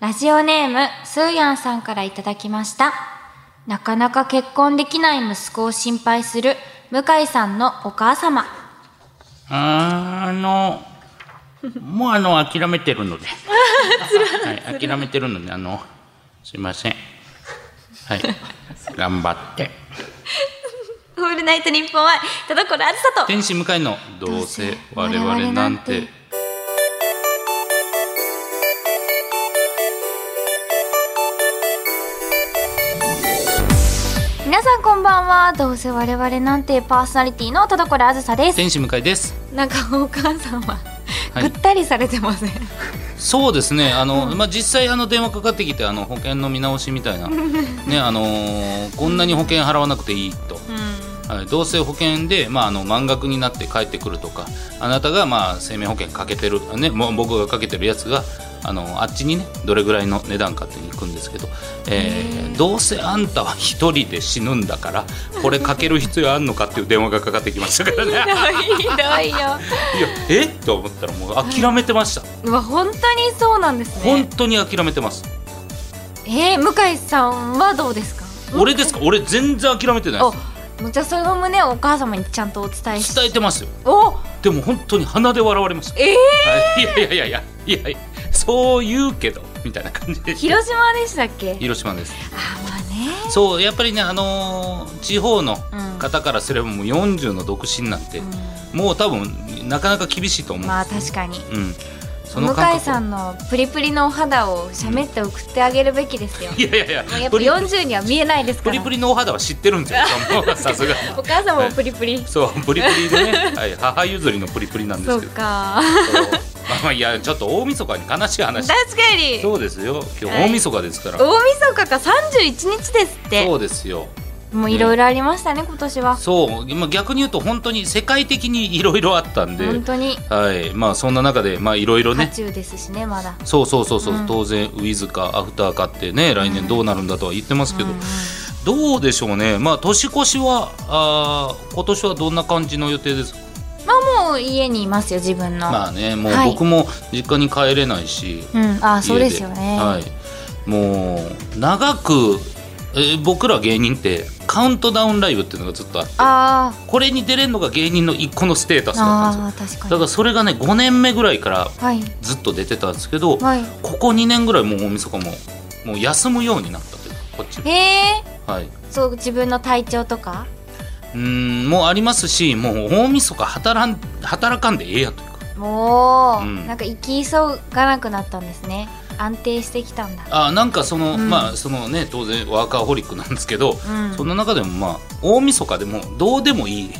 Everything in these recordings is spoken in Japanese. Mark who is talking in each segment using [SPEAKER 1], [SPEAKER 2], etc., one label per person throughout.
[SPEAKER 1] ラジオネーム、スーヤンさんからいただきました。なかなか結婚できない息子を心配する向井さんのお母様。
[SPEAKER 2] あの、もうあの、諦めてるので。はい、諦めてるので、あの、すいません。はい、頑張って。
[SPEAKER 1] オールナイト日本は田所あずさと
[SPEAKER 2] 天使向かいのどうせ我々なんて
[SPEAKER 1] 皆さんこんばんはどうせ我々なんてパーソナリティの田所あずさです
[SPEAKER 2] 天使向かいです
[SPEAKER 1] なんかお母さんはぐったりされてません、はい、
[SPEAKER 2] そうですねあの、うん、まあ、実際あの電話かかってきてあの保険の見直しみたい な、ねあのー、こんなに保険払わなくていいと、はい、どうせ保険で、まあ、あの満額になって帰ってくるとかあなたが、まあ、生命保険かけてる、ね、もう僕がかけてるやつがあのあっちにねどれぐらいの値段かっていくんですけど、えー、どうせあんたは1人で死ぬんだからこれかける必要あんのかっていう電話がかかってきました からね
[SPEAKER 1] ひどいよいや
[SPEAKER 2] えと思ったらもう諦めてました、
[SPEAKER 1] うわ本当にそうなんですね
[SPEAKER 2] 本当に諦めてます
[SPEAKER 1] えー、向井さんはどうですか
[SPEAKER 2] 俺ですか俺全然諦めてないです
[SPEAKER 1] じゃその旨をお母様にちゃんとお伝えし
[SPEAKER 2] 伝えてますよ
[SPEAKER 1] お
[SPEAKER 2] でも本当に鼻で笑われました
[SPEAKER 1] え
[SPEAKER 2] えーはい、いやいやいやいやいやそう言うけどみたいな感じで
[SPEAKER 1] 広島でしたっけ
[SPEAKER 2] 広島です
[SPEAKER 1] あまあね
[SPEAKER 2] そうやっぱりねあのー、地方の方からすればもう40の独身なんて、うん、もう多分なかなか厳しいと思う
[SPEAKER 1] まあ確かに
[SPEAKER 2] うん
[SPEAKER 1] 向井さんのプリプリのお肌をしゃべって送ってあげるべきですよ。
[SPEAKER 2] いやいやいや、
[SPEAKER 1] やっぱ四十には見えないです
[SPEAKER 2] プリプリのお肌は知ってるんですよ。 さすが。、
[SPEAKER 1] お母さんもプリプリ。はい
[SPEAKER 2] そうプリプリでね、はい、母譲りのプリプリなんですけ
[SPEAKER 1] そ
[SPEAKER 2] ど。
[SPEAKER 1] うか。
[SPEAKER 2] まあいやちょっと大晦日に悲しい話。
[SPEAKER 1] 確かに。
[SPEAKER 2] そうですよ。今日大晦日ですから。
[SPEAKER 1] はい、大晦日か三十一日ですって。
[SPEAKER 2] そうですよ。
[SPEAKER 1] もういろいろありましたね、ね今年は。
[SPEAKER 2] そう、まあ、逆に言うと、本当に世界的にいろいろあったんで。
[SPEAKER 1] 本当に。
[SPEAKER 2] はい、まあ、そんな中で、まあ、いろいろね。
[SPEAKER 1] 中ですしね、まだ。
[SPEAKER 2] そうそうそうそう、うん、当然、ウィズかアフターかってね、来年どうなるんだとは言ってますけど。うんうん、どうでしょうね、まあ、年越しは、あ今年はどんな感じの予定ですか。
[SPEAKER 1] まあ、もう家にいますよ、自分の。
[SPEAKER 2] まあね、もう僕も実家に帰れないし。
[SPEAKER 1] はい、うん、あ、そうですよね。
[SPEAKER 2] はい。もう、長く。えー、僕ら芸人ってカウントダウンライブっていうのがずっとあってこれに出れるのが芸人の一個のステータスだったんですよだからそれがね5年目ぐらいからずっと出てたんですけど、はい、ここ2年ぐらいもう大晦日ももう休むようになったというこっち
[SPEAKER 1] へ
[SPEAKER 2] え、はい、
[SPEAKER 1] そう自分の体調とか
[SPEAKER 2] うんもうありますしもう大晦日働ん働かんでええやというか
[SPEAKER 1] もう、うん、なんか行き急がなくなったんですね安定してきたんだ
[SPEAKER 2] あなんかその、うん、まあそのね当然ワーカーホリックなんですけど、うん、その中でもまあ大晦日でもどうでもいい、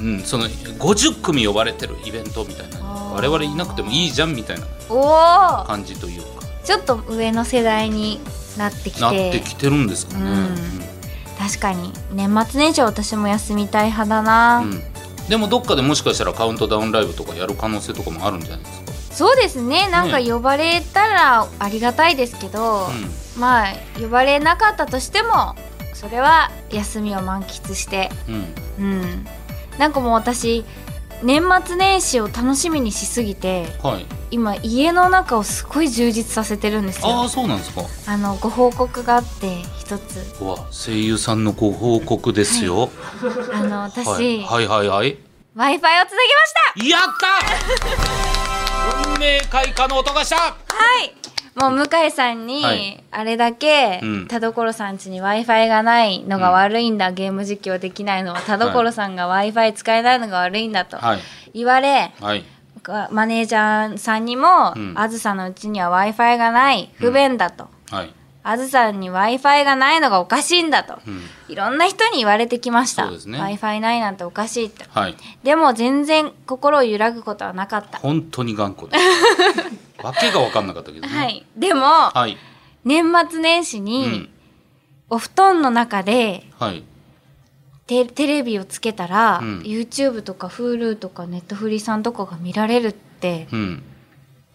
[SPEAKER 2] うん、うん、その50組呼ばれてるイベントみたいな我々いなくてもいいじゃんみたいな感じというか
[SPEAKER 1] ちょっと上の世代になってきて
[SPEAKER 2] なってきてるんですかね、
[SPEAKER 1] 確かに年末年始私も休みたい派だな、
[SPEAKER 2] でもどっかでもしかしたらカウントダウンライブとかやる可能性とかもあるんじゃないですか
[SPEAKER 1] そうですねなんか呼ばれたらありがたいですけど、ねうん、まあ呼ばれなかったとしてもそれは休みを満喫して、うん、うん、なんかもう私年末年始を楽しみにしすぎて、
[SPEAKER 2] はい、
[SPEAKER 1] 今家の中をすごい充実させてるんですよ
[SPEAKER 2] ああそうなんですか
[SPEAKER 1] あのご報告があって一つ
[SPEAKER 2] わ声優さんのご報告です
[SPEAKER 1] は
[SPEAKER 2] よ、
[SPEAKER 1] い、あの私、
[SPEAKER 2] はい、はいはいはい
[SPEAKER 1] w i f i をつな
[SPEAKER 2] ぎましたやった 運命開花の音がしたはい
[SPEAKER 1] もう向井さんに、はい、あれだけ、うん、田所さん家に w i f i がないのが悪いんだ、うん、ゲーム実況できないのは田所さんが w i f i 使えないのが悪いんだと言われ、
[SPEAKER 2] はい
[SPEAKER 1] はい、マネージャーさんにも、うん、あずさのうちには w i f i がない不便だと、あずさに w i f i がないのがおかしいんだと、いろんな人に言われてきました、ね、w i f i ないなんておかしいって、
[SPEAKER 2] はい、
[SPEAKER 1] でも全然心を揺らぐことはなかった
[SPEAKER 2] 本当に頑固だ わけが分かんなかったけど、ね、
[SPEAKER 1] はい、でも、
[SPEAKER 2] はい、
[SPEAKER 1] 年末年始に、うん、お布団の中で、
[SPEAKER 2] はい、
[SPEAKER 1] テテレビをつけたら、うん、YouTube とか Hulu とかネットフリさんとかが見られるって、
[SPEAKER 2] うん、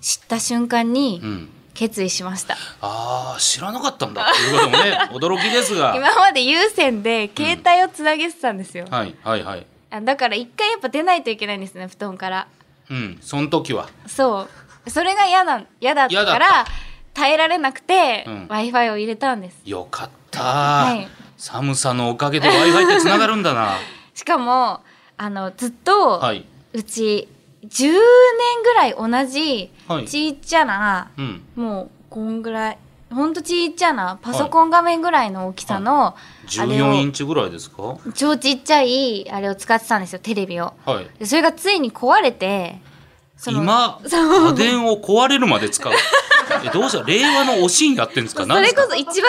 [SPEAKER 1] 知った瞬間に、うん決意しました
[SPEAKER 2] ああ知らなかったん だっていうこともね驚きですが
[SPEAKER 1] 今まで有線で携帯をつなげてたんですよ、
[SPEAKER 2] うん、はいはいはい
[SPEAKER 1] だから一回やっぱ出ないといけないんですね布団から
[SPEAKER 2] うんその時は
[SPEAKER 1] そうそれが嫌な嫌だったから耐えられなくて、
[SPEAKER 2] うん
[SPEAKER 1] w i f i を入れたんです
[SPEAKER 2] よかった、
[SPEAKER 1] はい
[SPEAKER 2] 寒さのおかげで w i f i ってつながるん だな
[SPEAKER 1] しかもあのずっと、
[SPEAKER 2] はいう
[SPEAKER 1] ち10年ぐらい同じ
[SPEAKER 2] はい
[SPEAKER 1] ちっちゃな、
[SPEAKER 2] うん
[SPEAKER 1] もうこんぐらいほんとちっちゃなパソコン画面ぐらいの大きさの、
[SPEAKER 2] 14インチぐらいですかは
[SPEAKER 1] 超ちっちゃいあれを使ってたんですよテレビを
[SPEAKER 2] い
[SPEAKER 1] でそれがついに壊れてその
[SPEAKER 2] 今
[SPEAKER 1] そう
[SPEAKER 2] 家電を壊れるまで使うえどうした令和のおしんやってんですか
[SPEAKER 1] そ
[SPEAKER 2] 何で
[SPEAKER 1] れ
[SPEAKER 2] すか
[SPEAKER 1] こそ一番重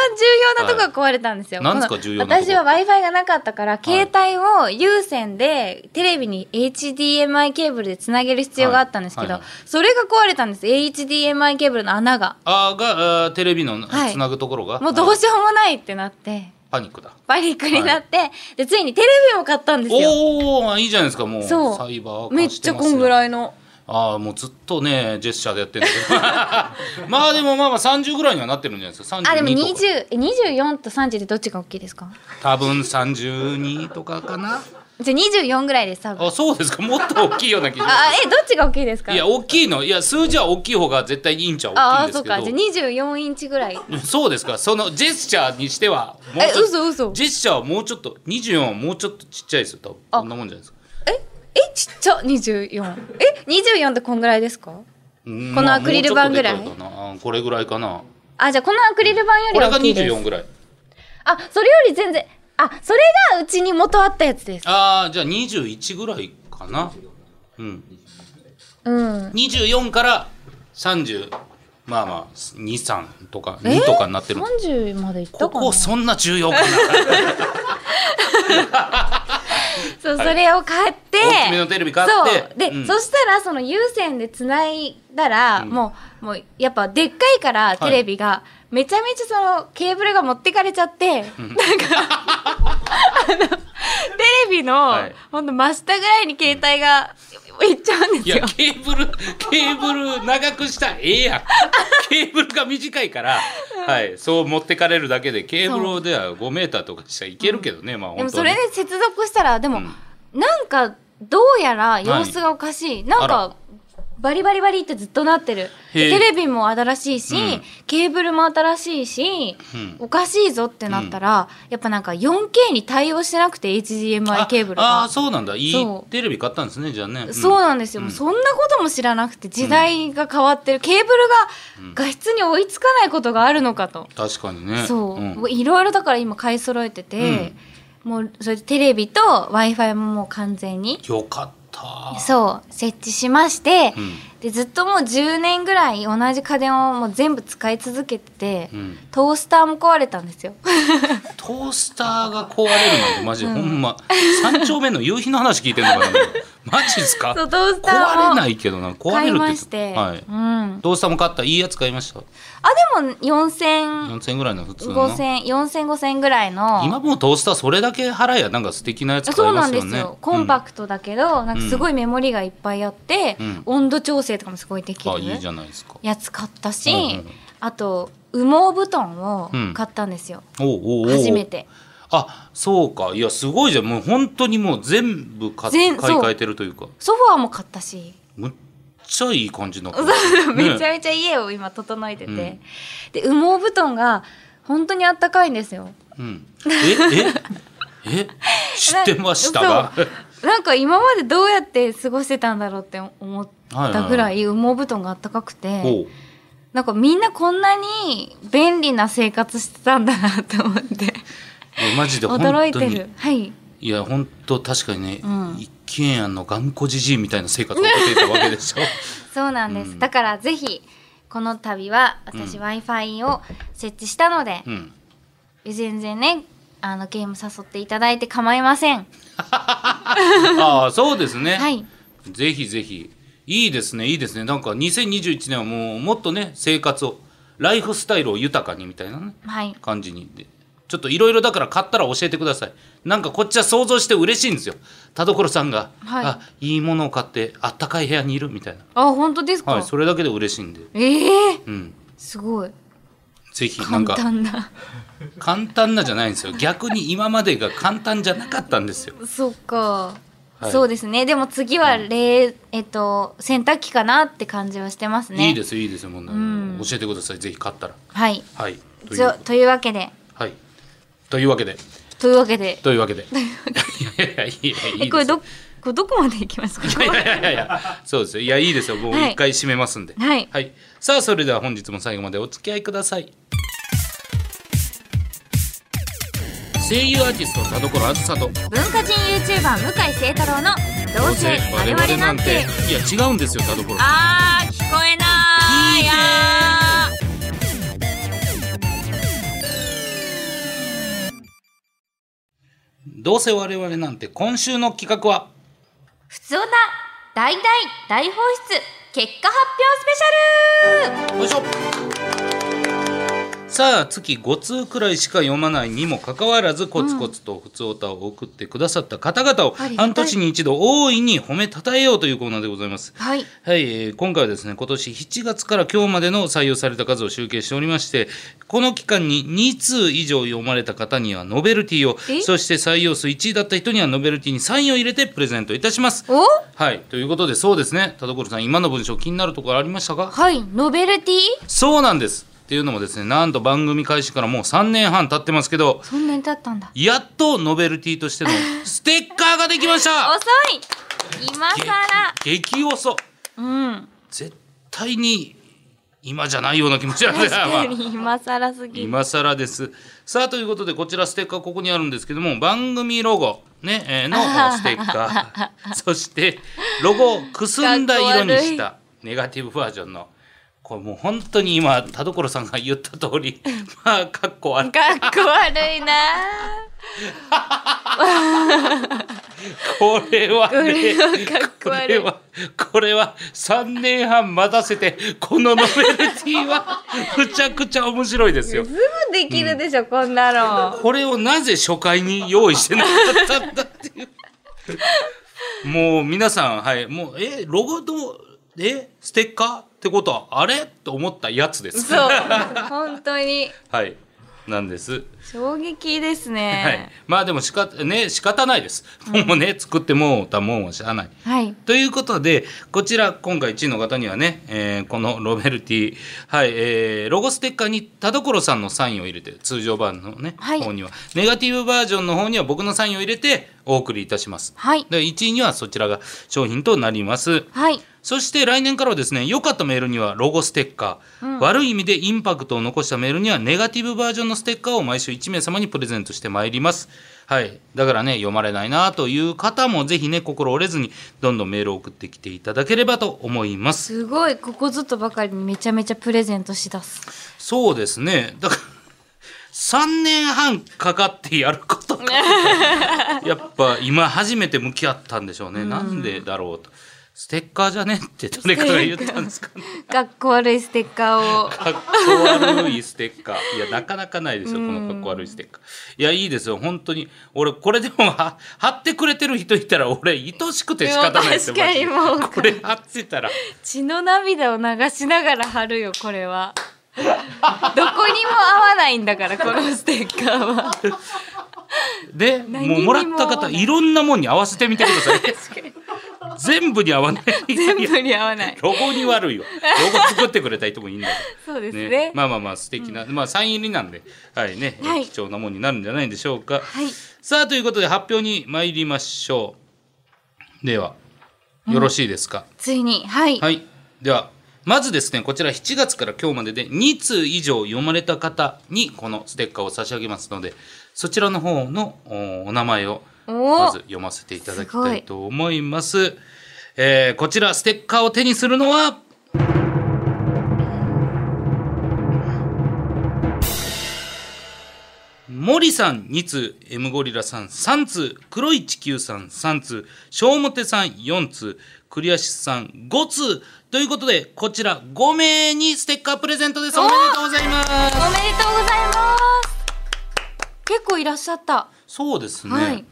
[SPEAKER 1] 要なとこが壊れたんですよ。
[SPEAKER 2] はいなんですか
[SPEAKER 1] この
[SPEAKER 2] 重要なとこ
[SPEAKER 1] 私は Wi-Fi がなかったから、携帯を有線でテレビに HDMI ケーブルでつなげる必要があったんですけど、
[SPEAKER 2] はいはい
[SPEAKER 1] それが壊れたんです。HDMI ケーブルの穴が。
[SPEAKER 2] あーがあーテレビの
[SPEAKER 1] はい
[SPEAKER 2] つなぐところが、
[SPEAKER 1] もうどうしようもないってなって、
[SPEAKER 2] パニックだ
[SPEAKER 1] パニックになって、で、ついにテレビも買ったんですよ。
[SPEAKER 2] おおいいじゃないですかもう
[SPEAKER 1] そう
[SPEAKER 2] サイバー化してますよ
[SPEAKER 1] めっちゃこんぐ
[SPEAKER 2] い
[SPEAKER 1] らいの。
[SPEAKER 2] ああもうずっとねジェスチャーでやってるんだけど まあでもまあまあ30ぐらいにはなってるんじゃないですか32とか
[SPEAKER 1] あ、でも20、え24と30でどっちが大きいですか
[SPEAKER 2] 多分32とかかな
[SPEAKER 1] じゃあ24ぐらいです、多分。あ
[SPEAKER 2] あそうですかもっと大きいような気がし
[SPEAKER 1] あ、え、どっちが大きいですか
[SPEAKER 2] ますいや大きいのいや数字は大きい方が絶対にいいんちゃ
[SPEAKER 1] あ
[SPEAKER 2] 大きい
[SPEAKER 1] あ、
[SPEAKER 2] んで
[SPEAKER 1] そう
[SPEAKER 2] すけど
[SPEAKER 1] か。じゃあ24インチぐらい。
[SPEAKER 2] そうですかそのジェスチャーにしてはもう
[SPEAKER 1] え
[SPEAKER 2] ちょっと
[SPEAKER 1] 嘘嘘
[SPEAKER 2] ジェスチャーはもうちょっと24はもうちょっとちっちゃいですよ多分
[SPEAKER 1] あ
[SPEAKER 2] こんなもんじゃないですか
[SPEAKER 1] ええちっちゃ二十四え二十四ってこんぐらいですか
[SPEAKER 2] こ
[SPEAKER 1] このアクリル板ぐらい
[SPEAKER 2] これぐらいかな
[SPEAKER 1] あじゃあこのアクリル板より
[SPEAKER 2] これが
[SPEAKER 1] 大きいです
[SPEAKER 2] 24ぐらい
[SPEAKER 1] あそれより全然あそれがうちに元あったやつです
[SPEAKER 2] ああじゃあ21ぐらいかなうん
[SPEAKER 1] うん
[SPEAKER 2] 24から30まあまあ23とか2とかになってるんです
[SPEAKER 1] 三十までいった
[SPEAKER 2] こ
[SPEAKER 1] かな
[SPEAKER 2] こ
[SPEAKER 1] そう
[SPEAKER 2] そんな重要かな
[SPEAKER 1] それを買って
[SPEAKER 2] 大きめのテレビ買って
[SPEAKER 1] そうで、
[SPEAKER 2] うん
[SPEAKER 1] そしたらその有線でつないだら、
[SPEAKER 2] ん
[SPEAKER 1] もうもうやっぱでっかいからテレビが、めちゃめちゃそのケーブルが持ってかれちゃって、なんかあのテレビの、
[SPEAKER 2] はい
[SPEAKER 1] ほんと真下ぐらいに携帯がいっちゃうんで
[SPEAKER 2] い
[SPEAKER 1] すよ
[SPEAKER 2] や。ケーブルケーブル長くしたらえ えやんケーブルが短いから、はいそう持ってかれるだけでケーブルでは5メーターとかしたらいけるけどね、まあ
[SPEAKER 1] で
[SPEAKER 2] 本
[SPEAKER 1] も
[SPEAKER 2] 当
[SPEAKER 1] そ
[SPEAKER 2] に
[SPEAKER 1] れで接続したらでも、なんかどうやら様子がおかしい、なん
[SPEAKER 2] あ
[SPEAKER 1] かバリバリバリってずっとなってる
[SPEAKER 2] へえ
[SPEAKER 1] でテレビも新しいし、
[SPEAKER 2] うん
[SPEAKER 1] ケーブルも新しいし、
[SPEAKER 2] うん
[SPEAKER 1] おかしいぞってなったら、やっぱなんか 4K に対応してなくて HDMI ケーブル
[SPEAKER 2] ああ
[SPEAKER 1] が
[SPEAKER 2] ーそうなんだいい
[SPEAKER 1] そう
[SPEAKER 2] テレビ買ったんですねじゃあね、ん
[SPEAKER 1] そうなんですよ、もうそんなことも知らなくて時代が変わってる、ケーブルが画質に追いつかないことがあるのかと、
[SPEAKER 2] 確かにね
[SPEAKER 1] そう、
[SPEAKER 2] ん
[SPEAKER 1] もういろいろだから今買い揃えてて、もうそれでテレビと w i f i ももう完全に
[SPEAKER 2] よかった
[SPEAKER 1] そう設置しまして、
[SPEAKER 2] うん
[SPEAKER 1] でずっともう10年ぐらい同じ家電をもう全部使い続けてて、
[SPEAKER 2] うん
[SPEAKER 1] トースターも壊れたんですよ
[SPEAKER 2] トースターが壊れるなんてマジ、ほんま三丁目の夕日の話聞いてんのかな マジっすか
[SPEAKER 1] そうトースターも
[SPEAKER 2] 壊れないけどな壊
[SPEAKER 1] 買
[SPEAKER 2] れ
[SPEAKER 1] い
[SPEAKER 2] るって
[SPEAKER 1] まして、
[SPEAKER 2] はい
[SPEAKER 1] うん、あ
[SPEAKER 2] トースターも買ったいいやつ買いました
[SPEAKER 1] でも4000
[SPEAKER 2] 4000円ぐらいの普通の
[SPEAKER 1] 5000 4000 5000ぐらいの
[SPEAKER 2] 今もうトースターそれだけ払えやなんか素敵なやつ買
[SPEAKER 1] そ
[SPEAKER 2] え
[SPEAKER 1] う
[SPEAKER 2] ま
[SPEAKER 1] なん
[SPEAKER 2] す
[SPEAKER 1] で
[SPEAKER 2] よ
[SPEAKER 1] す
[SPEAKER 2] ね
[SPEAKER 1] よコンパクトだけど、なんかすごいメモリがいっぱいあって、
[SPEAKER 2] うん
[SPEAKER 1] 温度調整とかもすごいできる
[SPEAKER 2] あいいじゃないですか
[SPEAKER 1] やつ買ったし、
[SPEAKER 2] うんうんうん
[SPEAKER 1] あと羽毛布団を
[SPEAKER 2] うん
[SPEAKER 1] 買ったんですよ、
[SPEAKER 2] おうおうおう
[SPEAKER 1] 初めて
[SPEAKER 2] あそうかいやすごいじゃんもう本当にもう全部買っ買い
[SPEAKER 1] 全そう
[SPEAKER 2] 替えてるというか
[SPEAKER 1] ソファーも買ったし
[SPEAKER 2] むっちゃいい感じになって
[SPEAKER 1] めち
[SPEAKER 2] ゃ
[SPEAKER 1] ゃめちゃ家を今整えてて、
[SPEAKER 2] うん
[SPEAKER 1] で羽毛布団が本当にあったかいんですよ
[SPEAKER 2] うん、えええ 知ってましたが
[SPEAKER 1] そうなんか今までどうやって過ごしてたんだろうって思ったぐらい羽毛布団があったかくて、
[SPEAKER 2] おう
[SPEAKER 1] なんかみんなこんなに便利な生活してたんだなと思って
[SPEAKER 2] いやマジで本
[SPEAKER 1] 驚い
[SPEAKER 2] 当
[SPEAKER 1] て
[SPEAKER 2] に
[SPEAKER 1] るはい
[SPEAKER 2] いや本当確かにね、
[SPEAKER 1] うん
[SPEAKER 2] 一軒家の頑固じじいみたいな生活を送っていたわけでしょ
[SPEAKER 1] そうなんです、
[SPEAKER 2] うん
[SPEAKER 1] だからぜひこの度は私 w i f i を設置したので、
[SPEAKER 2] うん
[SPEAKER 1] 全然ねあのゲーム誘っていただいて構いません
[SPEAKER 2] ああそうですね、
[SPEAKER 1] はい
[SPEAKER 2] ぜひぜひいいですねいいですねなんか2021年はもうもっとね生活をライフスタイルを豊かにみたいなね
[SPEAKER 1] はい
[SPEAKER 2] 感じにでちょっといろいろだから買ったら教えてくださいなんかこっちは想像して嬉しいんですよ田所さんが、
[SPEAKER 1] はい
[SPEAKER 2] あいいものを買ってあったかい部屋にいるみたいな
[SPEAKER 1] あ本当ですか、
[SPEAKER 2] はい、それだけで嬉しいんで、
[SPEAKER 1] ええ
[SPEAKER 2] うん、
[SPEAKER 1] すごい
[SPEAKER 2] ぜひなん
[SPEAKER 1] 簡
[SPEAKER 2] か簡単
[SPEAKER 1] 単だ
[SPEAKER 2] なじゃないんですよ逆に今までが簡単じゃなかったんですよ
[SPEAKER 1] そっか
[SPEAKER 2] はい
[SPEAKER 1] そうですねでも次は冷、えっと、洗濯機かなって感じはしてますね
[SPEAKER 2] いいですよいいですよもう、
[SPEAKER 1] ん
[SPEAKER 2] 教えてくださいぜひ買ったら
[SPEAKER 1] はい
[SPEAKER 2] はいとい
[SPEAKER 1] じ
[SPEAKER 2] う
[SPEAKER 1] ゃというわけで
[SPEAKER 2] はいというわけで
[SPEAKER 1] というわけで
[SPEAKER 2] というわ けでいやいやいやいいです
[SPEAKER 1] えこれどこれどこまでいきますか
[SPEAKER 2] いやいやいやいやそうですよいやいいですよもう
[SPEAKER 1] はい
[SPEAKER 2] 一回締めますんで
[SPEAKER 1] はい
[SPEAKER 2] はい、さあそれでは本日も最後までお付き合いください声優アーティスト田所あずさと
[SPEAKER 1] 文化人 YouTuber 向井聖太郎の「どうせ我々なんて
[SPEAKER 2] いや違うんですよ田所」
[SPEAKER 1] あー聞こえない
[SPEAKER 2] いいね
[SPEAKER 1] あー
[SPEAKER 2] どうせ我々なんて今週の企画は
[SPEAKER 1] 普通な大大大放出結果発表スペシャル
[SPEAKER 2] よいしょさあ月5通くらいしか読まないにもかかわらずコツコツと普通歌を送ってくださった方々を
[SPEAKER 1] ありがたい
[SPEAKER 2] 半年に一度大いに褒めたたえようというコーナーでございます。
[SPEAKER 1] はい
[SPEAKER 2] はい、えー今回はですね、今年7月から今日までの採用された数を集計しておりまして、この期間に2通以上読まれた方にはノベルティを
[SPEAKER 1] え、
[SPEAKER 2] そして採用数1位だった人にはノベルティにサインを入れてプレゼントいたします。
[SPEAKER 1] お
[SPEAKER 2] はい、ということでそうですね、田所さん、今の文章気になるところありましたか
[SPEAKER 1] はいノベルティ
[SPEAKER 2] そうなんですっていうのもですね、なんと番組開始からもう3年半経ってますけど、
[SPEAKER 1] そんなに経ったんだ
[SPEAKER 2] やっとノベルティとしてのステッカーができました
[SPEAKER 1] 遅い今更
[SPEAKER 2] 激激遅
[SPEAKER 1] うん
[SPEAKER 2] 絶対に今じゃないような気持ちなん
[SPEAKER 1] 確
[SPEAKER 2] ですよ。ま
[SPEAKER 1] か
[SPEAKER 2] あ
[SPEAKER 1] に今更すぎる
[SPEAKER 2] 今更です。さあということでこちらステッカーここにあるんですけども番組ロゴ、ねえーのステッカー そしてロゴをくすんだ色にしたネガティブバージョンのこれもう本当に今田所さんが言った通り まあかっこ悪いか
[SPEAKER 1] かっこ悪いな
[SPEAKER 2] これは
[SPEAKER 1] これ
[SPEAKER 2] ね
[SPEAKER 1] はかっこ
[SPEAKER 2] こ
[SPEAKER 1] 悪
[SPEAKER 2] れ
[SPEAKER 1] い
[SPEAKER 2] はこれは3年半待たせてこのノベルティはむちゃくちゃ面白いですよ
[SPEAKER 1] す。ぐできるでしょ、こんなの
[SPEAKER 2] これをなぜ初回に用意してなかったんだって いう。もう皆さん、はい、もう、え、ロゴと、え、ステッカーってことは、あれと思ったやつです。
[SPEAKER 1] そう本当に
[SPEAKER 2] はい。なんです。
[SPEAKER 1] 衝撃です
[SPEAKER 2] はい
[SPEAKER 1] ね。
[SPEAKER 2] まあでも仕方、ね、仕方ないです。もうね、作ってもうたもんはしゃあない。
[SPEAKER 1] はい、
[SPEAKER 2] ということで、こちら、今回1位の方にはね、えーこのロベルティ、はい、えーロゴステッカーに田所さんのサインを入れて、通常版のね、
[SPEAKER 1] はい
[SPEAKER 2] 方には、ネガティブバージョンの方には僕のサインを入れてお送りいたします。
[SPEAKER 1] はい
[SPEAKER 2] で、1位にはそちらが商品となります。
[SPEAKER 1] はい
[SPEAKER 2] そして来年からはですね、良かったメールにはロゴステッカー、悪い意味でインパクトを残したメールにはネガティブバージョンのステッカーを毎週1名様にプレゼントしてまいります。はい。だからね、読まれないなという方もぜひね、心折れずにどんどんメールを送ってきていただければと思います。
[SPEAKER 1] すごいここずっとばかりにめちゃめちゃプレゼントしだ す
[SPEAKER 2] そうですね。だから、3年半かかってやることがやっぱ今初めて向き合ったんでしょうね。なんでだろうと。ステッカーじゃねって誰かが言ったんですかね。
[SPEAKER 1] 学校悪いステッカーを
[SPEAKER 2] かっこ悪いステッカー。いや、なかなかないですよ、このかっこ悪いステッカー。いや、いいですよ、本当に。俺、これでも、は貼ってくれてる人いたら、俺、愛しくて仕方ないですよ、
[SPEAKER 1] いや確かに
[SPEAKER 2] マジで
[SPEAKER 1] もう
[SPEAKER 2] これ貼ってたら、
[SPEAKER 1] 血の涙を流しながら貼るよこれはどこにも合わないんだからこのステッカーは
[SPEAKER 2] で、
[SPEAKER 1] 何
[SPEAKER 2] もう
[SPEAKER 1] に
[SPEAKER 2] も
[SPEAKER 1] も
[SPEAKER 2] らった
[SPEAKER 1] 合わ
[SPEAKER 2] 方、
[SPEAKER 1] ない
[SPEAKER 2] いろんなもんに合わせてみてください。
[SPEAKER 1] 確かに
[SPEAKER 2] 全部に合わない。
[SPEAKER 1] 全部に合わない
[SPEAKER 2] ロゴに悪いわ。ロゴ作ってくれた人もいいんだけど。
[SPEAKER 1] そうですね
[SPEAKER 2] まあまあまあ素敵な、まあサイン入りなんで、はいね、
[SPEAKER 1] はい
[SPEAKER 2] 貴重なもんになるんじゃないでしょうか。
[SPEAKER 1] はい
[SPEAKER 2] さあということで発表に参りましょう。ではよろしいですか。
[SPEAKER 1] ついにはい、
[SPEAKER 2] はい。ではまずですねこちら7月から今日までで2通以上読まれた方にこのステッカーを差し上げますので、そちらの方のおお名前を
[SPEAKER 1] お
[SPEAKER 2] まず読ませていただきたいと思います。えーこちらステッカーを手にするのは森さん2通、M ゴリラさん3通、黒い地球さん3通、小表さん4通、クリアシスさん5通ということで、こちら5名にステッカープレゼントです。おめでとうございます。
[SPEAKER 1] おめでとうございます結構いらっしゃった
[SPEAKER 2] そうですね、
[SPEAKER 1] はい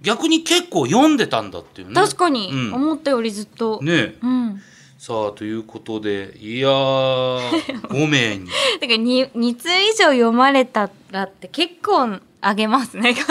[SPEAKER 2] 逆に結構読んでたんだっていうね
[SPEAKER 1] 確かに、
[SPEAKER 2] うん
[SPEAKER 1] 思ったよりずっと、
[SPEAKER 2] ねえ
[SPEAKER 1] うん
[SPEAKER 2] さあということでいやー 5名に
[SPEAKER 1] だからに二通以上読まれたらって結構あげますね。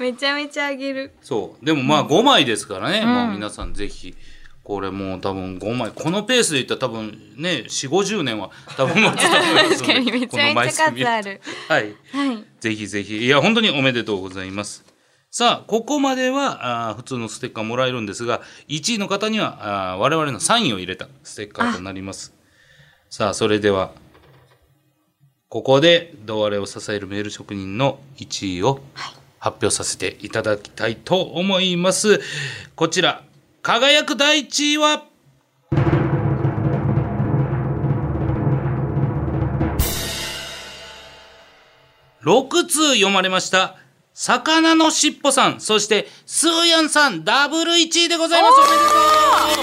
[SPEAKER 1] めちゃめちゃあげる
[SPEAKER 2] そうでもまあ5枚ですからね、まあ、皆さんぜひこれもう多分5枚このペースでいったら多分ね4 5 0年は多分待つと思います
[SPEAKER 1] 確かにめちゃめちゃ
[SPEAKER 2] 数
[SPEAKER 1] 数ある
[SPEAKER 2] はい
[SPEAKER 1] はい
[SPEAKER 2] ぜひぜひ。いや、本当におめでとうございます。さあ、ここまではあー普通のステッカーもらえるんですが、1位の方にはあー我々のサインを入れたステッカーとなります。さあ、それでは、ここで、ドアレを支えるメール職人の1位を発表させていただきたいと思います。こちら、輝く第1位は、6通読まれました。魚のしっぽさん、そして、スーヤンさん、ダブル1位でございます。お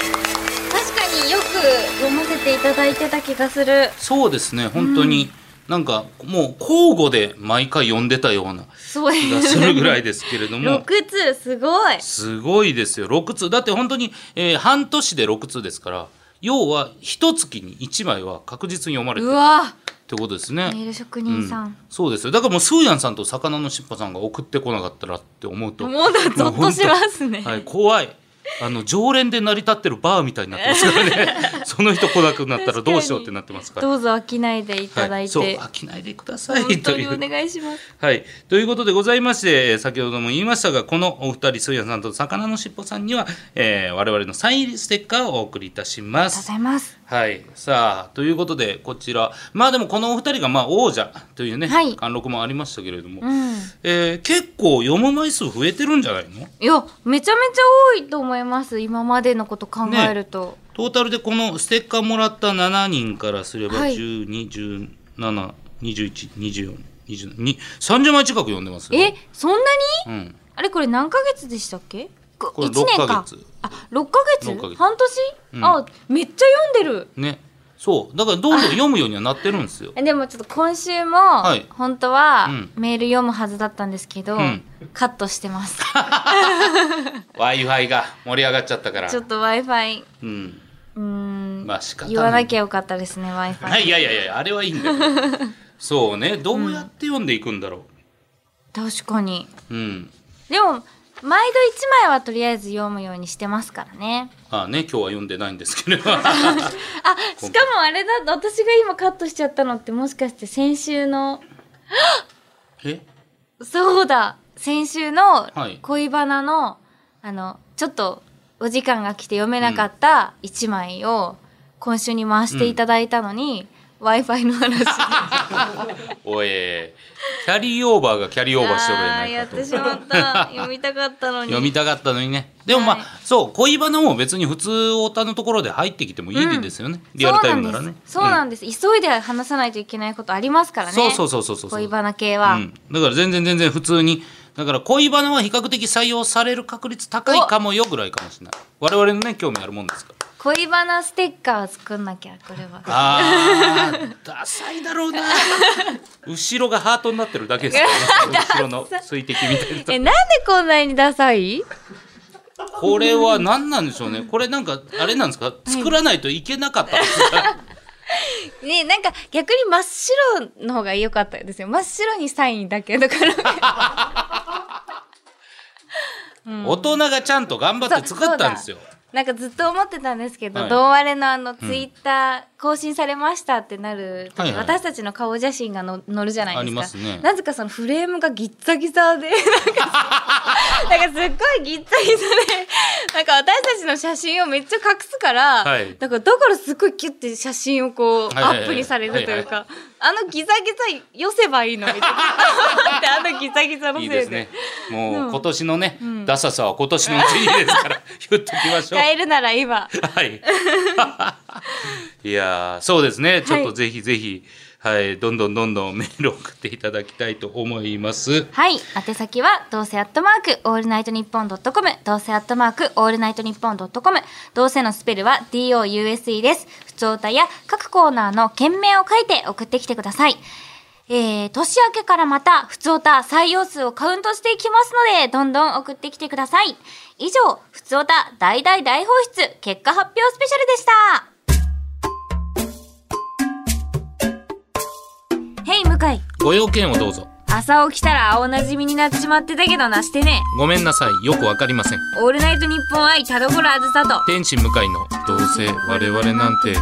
[SPEAKER 2] めでとう
[SPEAKER 1] 確かによく読ませていただいてた気がする
[SPEAKER 2] そうですね、本当に、なんかもう交互で毎回読んでたような
[SPEAKER 1] そう
[SPEAKER 2] 気がするぐ らいですけれども。
[SPEAKER 1] 6通すごい
[SPEAKER 2] すごいですよ6通だって本当に、えー半年で6通ですから要は一月に1枚は確実に読まれて
[SPEAKER 1] う
[SPEAKER 2] るっ
[SPEAKER 1] わ
[SPEAKER 2] てことです
[SPEAKER 1] メ
[SPEAKER 2] ね。
[SPEAKER 1] ール職
[SPEAKER 2] う
[SPEAKER 1] 人さん、
[SPEAKER 2] そうですよだからもうスーヤンさんと魚のしっぽさんが送ってこなかったらって思うと、
[SPEAKER 1] もうだゾッとしますね、
[SPEAKER 2] はい、怖いあの常連で成り立ってるバーみたいになってますからね その人来なくなったらどうしようってなってますから。
[SPEAKER 1] どうぞ飽きないでいただいて、
[SPEAKER 2] はい、そう飽きないでください
[SPEAKER 1] 本
[SPEAKER 2] と
[SPEAKER 1] 当
[SPEAKER 2] い
[SPEAKER 1] に
[SPEAKER 2] う
[SPEAKER 1] お願いします
[SPEAKER 2] はい。ということでございまして、えー先ほども言いましたが、このお二人、すやさんと魚のしっぽさんには、えー我々のサイン入りステッカーをお送りいたしま
[SPEAKER 1] ありがとうご
[SPEAKER 2] す。
[SPEAKER 1] ざいます
[SPEAKER 2] はい。さあ、ということで、こちら。まあでも、このお二人が、まあ、王者というね、
[SPEAKER 1] はい
[SPEAKER 2] 貫禄もありましたけれども、
[SPEAKER 1] うん
[SPEAKER 2] えー結構読む枚数増えてるんじゃないの
[SPEAKER 1] いやめちゃめちゃ多いと思います今までのこと考えると、
[SPEAKER 2] トータルでこのステッカーもらった7人からすれば、
[SPEAKER 1] はい
[SPEAKER 2] 12、17、21、24、27、30枚近く読んでますよ。
[SPEAKER 1] えそんなに
[SPEAKER 2] うん。
[SPEAKER 1] あれこれ何ヶ月でしたっけこ
[SPEAKER 2] これ
[SPEAKER 1] 1年
[SPEAKER 2] 6ヶ
[SPEAKER 1] か
[SPEAKER 2] 月
[SPEAKER 1] あ六6
[SPEAKER 2] 六
[SPEAKER 1] ヶ
[SPEAKER 2] ヶ
[SPEAKER 1] 月
[SPEAKER 2] 月
[SPEAKER 1] 半年、
[SPEAKER 2] うん
[SPEAKER 1] あめっちゃ読んでる
[SPEAKER 2] ねそうだからどんどん読むようにはなってるん ですよ
[SPEAKER 1] でもちょっと今週も、
[SPEAKER 2] い
[SPEAKER 1] 本当は
[SPEAKER 2] うん
[SPEAKER 1] メール読むはずだったんですけど、
[SPEAKER 2] うん
[SPEAKER 1] カットしてます
[SPEAKER 2] w i f i が盛り上がっちゃったから
[SPEAKER 1] ちょっと w i f i
[SPEAKER 2] うん
[SPEAKER 1] うーん、
[SPEAKER 2] まあ仕方ない
[SPEAKER 1] 言わなきゃよかったですね w i f
[SPEAKER 2] は
[SPEAKER 1] i
[SPEAKER 2] いいやいやいやあれはいいん だけどそうねどうやって読んでいくんだろ
[SPEAKER 1] 確かに
[SPEAKER 2] ううん
[SPEAKER 1] でも毎度一枚はとりあえず読むようにしてますからね
[SPEAKER 2] ああね今日は読んでないんです けれど
[SPEAKER 1] あしかもあれだ私が今カットしちゃったのってもしかして先週の
[SPEAKER 2] え
[SPEAKER 1] そうだ先週の
[SPEAKER 2] はい
[SPEAKER 1] 恋バナの、あのちょっとお時間が来て読めなかった一枚を今週に回していただいたのに、w i f i の話
[SPEAKER 2] おいキャリーオーバーがキャリーオーバーしてるや
[SPEAKER 1] あ
[SPEAKER 2] な
[SPEAKER 1] ー
[SPEAKER 2] い
[SPEAKER 1] や
[SPEAKER 2] か
[SPEAKER 1] っ
[SPEAKER 2] と
[SPEAKER 1] てしまった読みたかったのに
[SPEAKER 2] 読みたかったのにねでもまあ、
[SPEAKER 1] はい
[SPEAKER 2] そう恋バナも別に普通オタのところで入ってきてもいいですよね、リアルタイムならね
[SPEAKER 1] そうなんんです、そうなんです急いで話さないといけないことありますからね
[SPEAKER 2] そうそうそうそうそう
[SPEAKER 1] 恋バナ系は、
[SPEAKER 2] うん、だから全然全然普通にだから恋バナは比較的採用される確率高いかもよぐらいかもしれない我々のね興味あるもんですから
[SPEAKER 1] 恋バナステッカーを作んなきゃこれは
[SPEAKER 2] あーダサいだろうな 後ろがハートになってるだけですから ね後ろの水滴みたいな
[SPEAKER 1] えなんでこんなにダサい
[SPEAKER 2] これは何なんでしょうねこれなんかあれなんですか作らないといけなかったんですか、
[SPEAKER 1] ねなんか逆に真っ白の方が良かったですよ真っ白にサインだけだから
[SPEAKER 2] 大人がちゃんと頑張って作ったんですよ
[SPEAKER 1] そうだなんかずっと思ってたんですけど、
[SPEAKER 2] はい
[SPEAKER 1] 同割れのあのツイッター更新されましたってなる時、
[SPEAKER 2] はいはい
[SPEAKER 1] 私たちの顔写真がの載るじゃないですか
[SPEAKER 2] ありますね
[SPEAKER 1] なぜかそのフレームがギッザギザで なんかなんかすっごいギッザギザでなんか私たちの写真をめっちゃ隠すから、
[SPEAKER 2] はい
[SPEAKER 1] だからだからすっごいキュッて写真をこう
[SPEAKER 2] はいはいはい
[SPEAKER 1] アップにされるというか、
[SPEAKER 2] は
[SPEAKER 1] あのギザギザ寄せばいいのみたい なあのギザギザのせ
[SPEAKER 2] い
[SPEAKER 1] い
[SPEAKER 2] い
[SPEAKER 1] で
[SPEAKER 2] ですねも
[SPEAKER 1] うん
[SPEAKER 2] う今年のね、ダサさは今年のうちにです から言っときましょう
[SPEAKER 1] 変えるなら今
[SPEAKER 2] はい。 いやーそうですね。ちょっとぜひぜひ、はい、どんどんどんどんメールを送っていただきたいと思います。
[SPEAKER 1] はい。宛先は、どうせアットマーク、オールナイトニッポンドットコム、どうせアットマーク、オールナイトニッポンドットコム、どうせのスペルは DOUSE です。普通歌や各コーナーの件名を書いて送ってきてください。えー、年明けからまた、普通歌採用数をカウントしていきますので、どんどん送ってきてください。以上、普通歌大大大放出結果発表スペシャルでした。ヘイ向井
[SPEAKER 2] ご用件をどうぞ。
[SPEAKER 1] あ朝起きたら青なじみになってしまってたけどなしてね
[SPEAKER 2] ごめんなさいよくわかりません
[SPEAKER 1] オールナイトニッポン愛田所あずさと
[SPEAKER 2] 天使向かいのどうせ我々なんて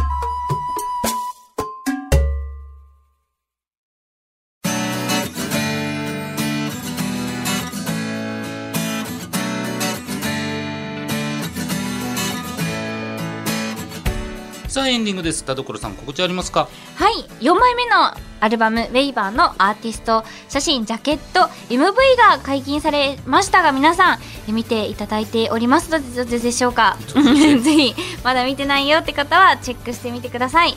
[SPEAKER 2] さあエンディングです田所さん告知ありますか
[SPEAKER 1] はい4枚目のアルバム「ウェイバー」のアーティスト写真ジャケット MV が解禁されましたが皆さんえ見ていただいておりますのでどうでしょうか ぜひまだ見てないよって方はチェックしてみてください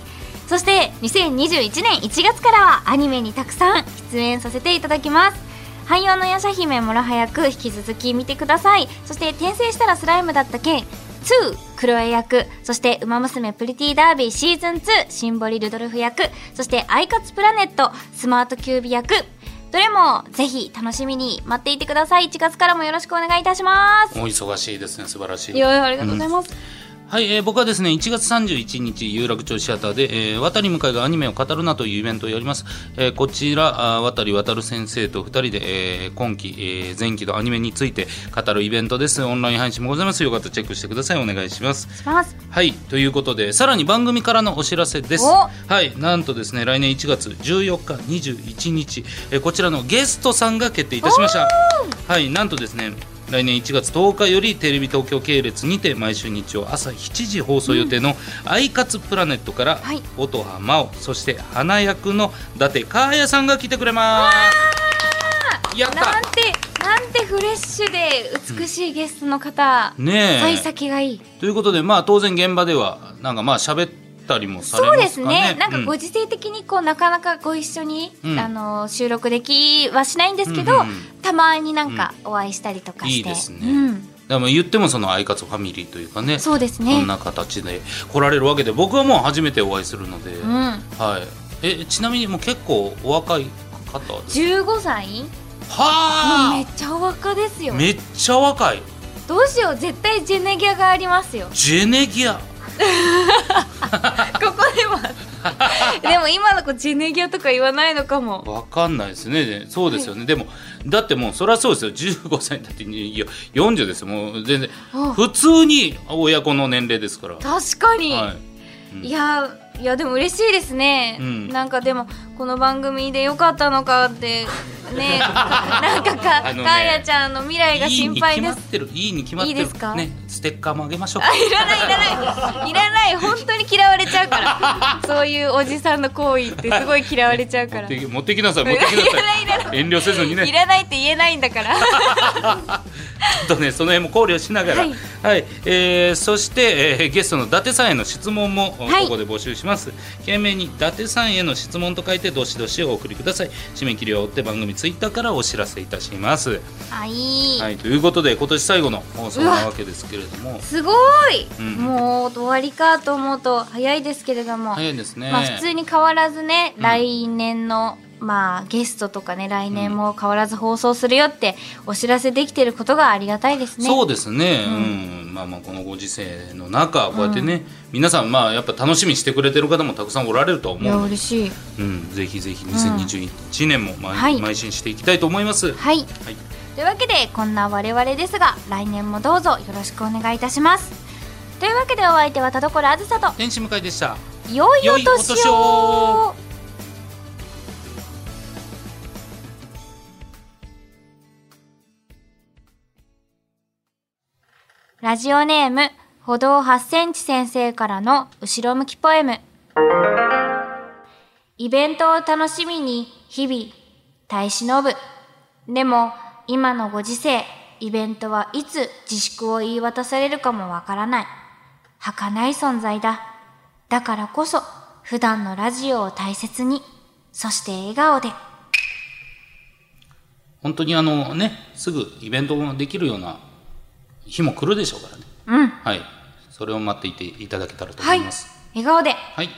[SPEAKER 1] そして2021年1月からはアニメにたくさん出演させていただきます汎用の夜叉姫もらはやく引き続き見てくださいそして転生したらスライムだった件2クロエ役そして「ウマ娘プリティダービーシーズン2」シンボリ・ルドルフ役そして「アイカツプラネット」スマートキュービ役どれもぜひ楽しみに待っていてください1月からもよろしくお願いいたします
[SPEAKER 2] お忙しいですね素晴らしい
[SPEAKER 1] いやいやありがとうございます、
[SPEAKER 2] はい、えー僕はですね、1月31日、有楽町シアターで、えー渡り向かいがアニメを語るなというイベントをやります。えーこちら、あー渡り渡る先生と2人で、えー今期、えー前期のアニメについて語るイベントです。オンライン配信もございます。よかったらチェックしてください。お願いします。
[SPEAKER 1] します
[SPEAKER 2] はい、ということで、さらに番組からのお知らせです。
[SPEAKER 1] お
[SPEAKER 2] はい、なんとですね、来年1月14日、21日、えーこちらのゲストさんが決定いたしました。はい、なんとですね、来年1月10日よりテレビ東京系列にて毎週日曜朝7時放送予定の「アイカツプラネット」から
[SPEAKER 1] はい
[SPEAKER 2] 音羽真央そして花役の伊達かあやさんが来てくれますやっ
[SPEAKER 1] な
[SPEAKER 2] た
[SPEAKER 1] んてなんてフレッシュで美しいゲストの方、
[SPEAKER 2] ねえ
[SPEAKER 1] 幸先がいい
[SPEAKER 2] ということでまあ当然現場ではなんかまあ喋ったりもされ
[SPEAKER 1] そう
[SPEAKER 2] ま
[SPEAKER 1] ですす
[SPEAKER 2] かね
[SPEAKER 1] ね。なんかご時世的にこうなかなかご一緒に、
[SPEAKER 2] うん
[SPEAKER 1] あの収録できはしないんですけど、
[SPEAKER 2] うんうんうん
[SPEAKER 1] たまになんかお会いしたりとかして、
[SPEAKER 2] いいですね
[SPEAKER 1] うん、
[SPEAKER 2] でも言ってもその「アイカツファミリー」というかね
[SPEAKER 1] そうです
[SPEAKER 2] こ
[SPEAKER 1] ね
[SPEAKER 2] ん。な形で来られるわけで僕はもう初めてお会いするので、
[SPEAKER 1] うん、
[SPEAKER 2] はいえちなみにもう結構お若い方です
[SPEAKER 1] 十五歳、もうめ
[SPEAKER 2] は
[SPEAKER 1] っちゃお若です
[SPEAKER 2] あ
[SPEAKER 1] よ。
[SPEAKER 2] めっちゃ若い。
[SPEAKER 1] どうしよう、絶対ジェネギャがありますよ
[SPEAKER 2] ジェネギア
[SPEAKER 1] ここでは。 でも今の子ジェネギャとか言わないのかも。
[SPEAKER 2] わかんないですねそうですよね、でもだってもうそりゃそうですよ15歳だっていや40ですよもう全然
[SPEAKER 1] あ
[SPEAKER 2] 普通に親子の年齢ですから
[SPEAKER 1] 確かに。
[SPEAKER 2] はいうん
[SPEAKER 1] いやいやでも嬉しいですね、
[SPEAKER 2] うん
[SPEAKER 1] なんかでもこの番組で良かったのかって ねなんかか、
[SPEAKER 2] あのね
[SPEAKER 1] かあやちゃんの未来が
[SPEAKER 2] いい
[SPEAKER 1] 心
[SPEAKER 2] に
[SPEAKER 1] 配
[SPEAKER 2] 決
[SPEAKER 1] で
[SPEAKER 2] ますってるいいに決まってる
[SPEAKER 1] いいですか
[SPEAKER 2] ねステッカーもあげましょう
[SPEAKER 1] あいらないいらないいらない本当に嫌われちゃうから そういうおじさんの行為ってすごい嫌われちゃうから、
[SPEAKER 2] 持ってき持ってきなさい持ってきなさい
[SPEAKER 1] いら ない
[SPEAKER 2] 遠慮せずにね
[SPEAKER 1] いらないって言えないんだから
[SPEAKER 2] ちょっとねその辺も考慮しながら、は
[SPEAKER 1] はいい
[SPEAKER 2] えーそして、えーゲストの伊達さんへの質問も、
[SPEAKER 1] はい
[SPEAKER 2] ここで募集します懸命に伊達さんへの質問と書いてどしどしお送りください締め切りを追って番組ツイッターからお知らせいたします、
[SPEAKER 1] あいい、
[SPEAKER 2] はい、ということで今年最後の放送なわけですけれども
[SPEAKER 1] すごい、
[SPEAKER 2] うん
[SPEAKER 1] もう終わりかと思うと早いですけれども、
[SPEAKER 2] 早いですね、
[SPEAKER 1] まあ普通に変わらずね、
[SPEAKER 2] ん
[SPEAKER 1] 来年のまあゲストとかね来年も変わらず放送するよってお知らせできてることがありがたいですね。
[SPEAKER 2] そう
[SPEAKER 1] う
[SPEAKER 2] ですね、うんまあ、まあこのご時世の中こうやってね、皆さんまあやっぱ楽しみにしてくれてる方もたくさんおられると思
[SPEAKER 1] や
[SPEAKER 2] うので
[SPEAKER 1] 嬉しい。
[SPEAKER 2] うん、ぜひぜひ2021年も毎,、
[SPEAKER 1] はい
[SPEAKER 2] 毎進していきたいと思います。
[SPEAKER 1] はい。
[SPEAKER 2] はい
[SPEAKER 1] というわけでこんな我々ですが来年もどうぞよろしくお願いいたします。というわけでお相手は田所あずさと
[SPEAKER 2] 天使向かいでした。
[SPEAKER 1] 良いお
[SPEAKER 2] 良いお年
[SPEAKER 1] 年
[SPEAKER 2] を
[SPEAKER 1] を。ラジオネーム歩道8センチ先生からの後ろ向きポエムイベントを楽しみに日々耐え忍ぶでも今のご時世イベントはいつ自粛を言い渡されるかもわからない儚い存在だだからこそ普段のラジオを大切にそして笑顔で
[SPEAKER 2] 本当にあのね、すぐイベントもできるような日も来るでしょうからね。
[SPEAKER 1] うん
[SPEAKER 2] はい。それを待っていていただけたらと思
[SPEAKER 1] はいい
[SPEAKER 2] ます。
[SPEAKER 1] 笑顔で
[SPEAKER 2] はい。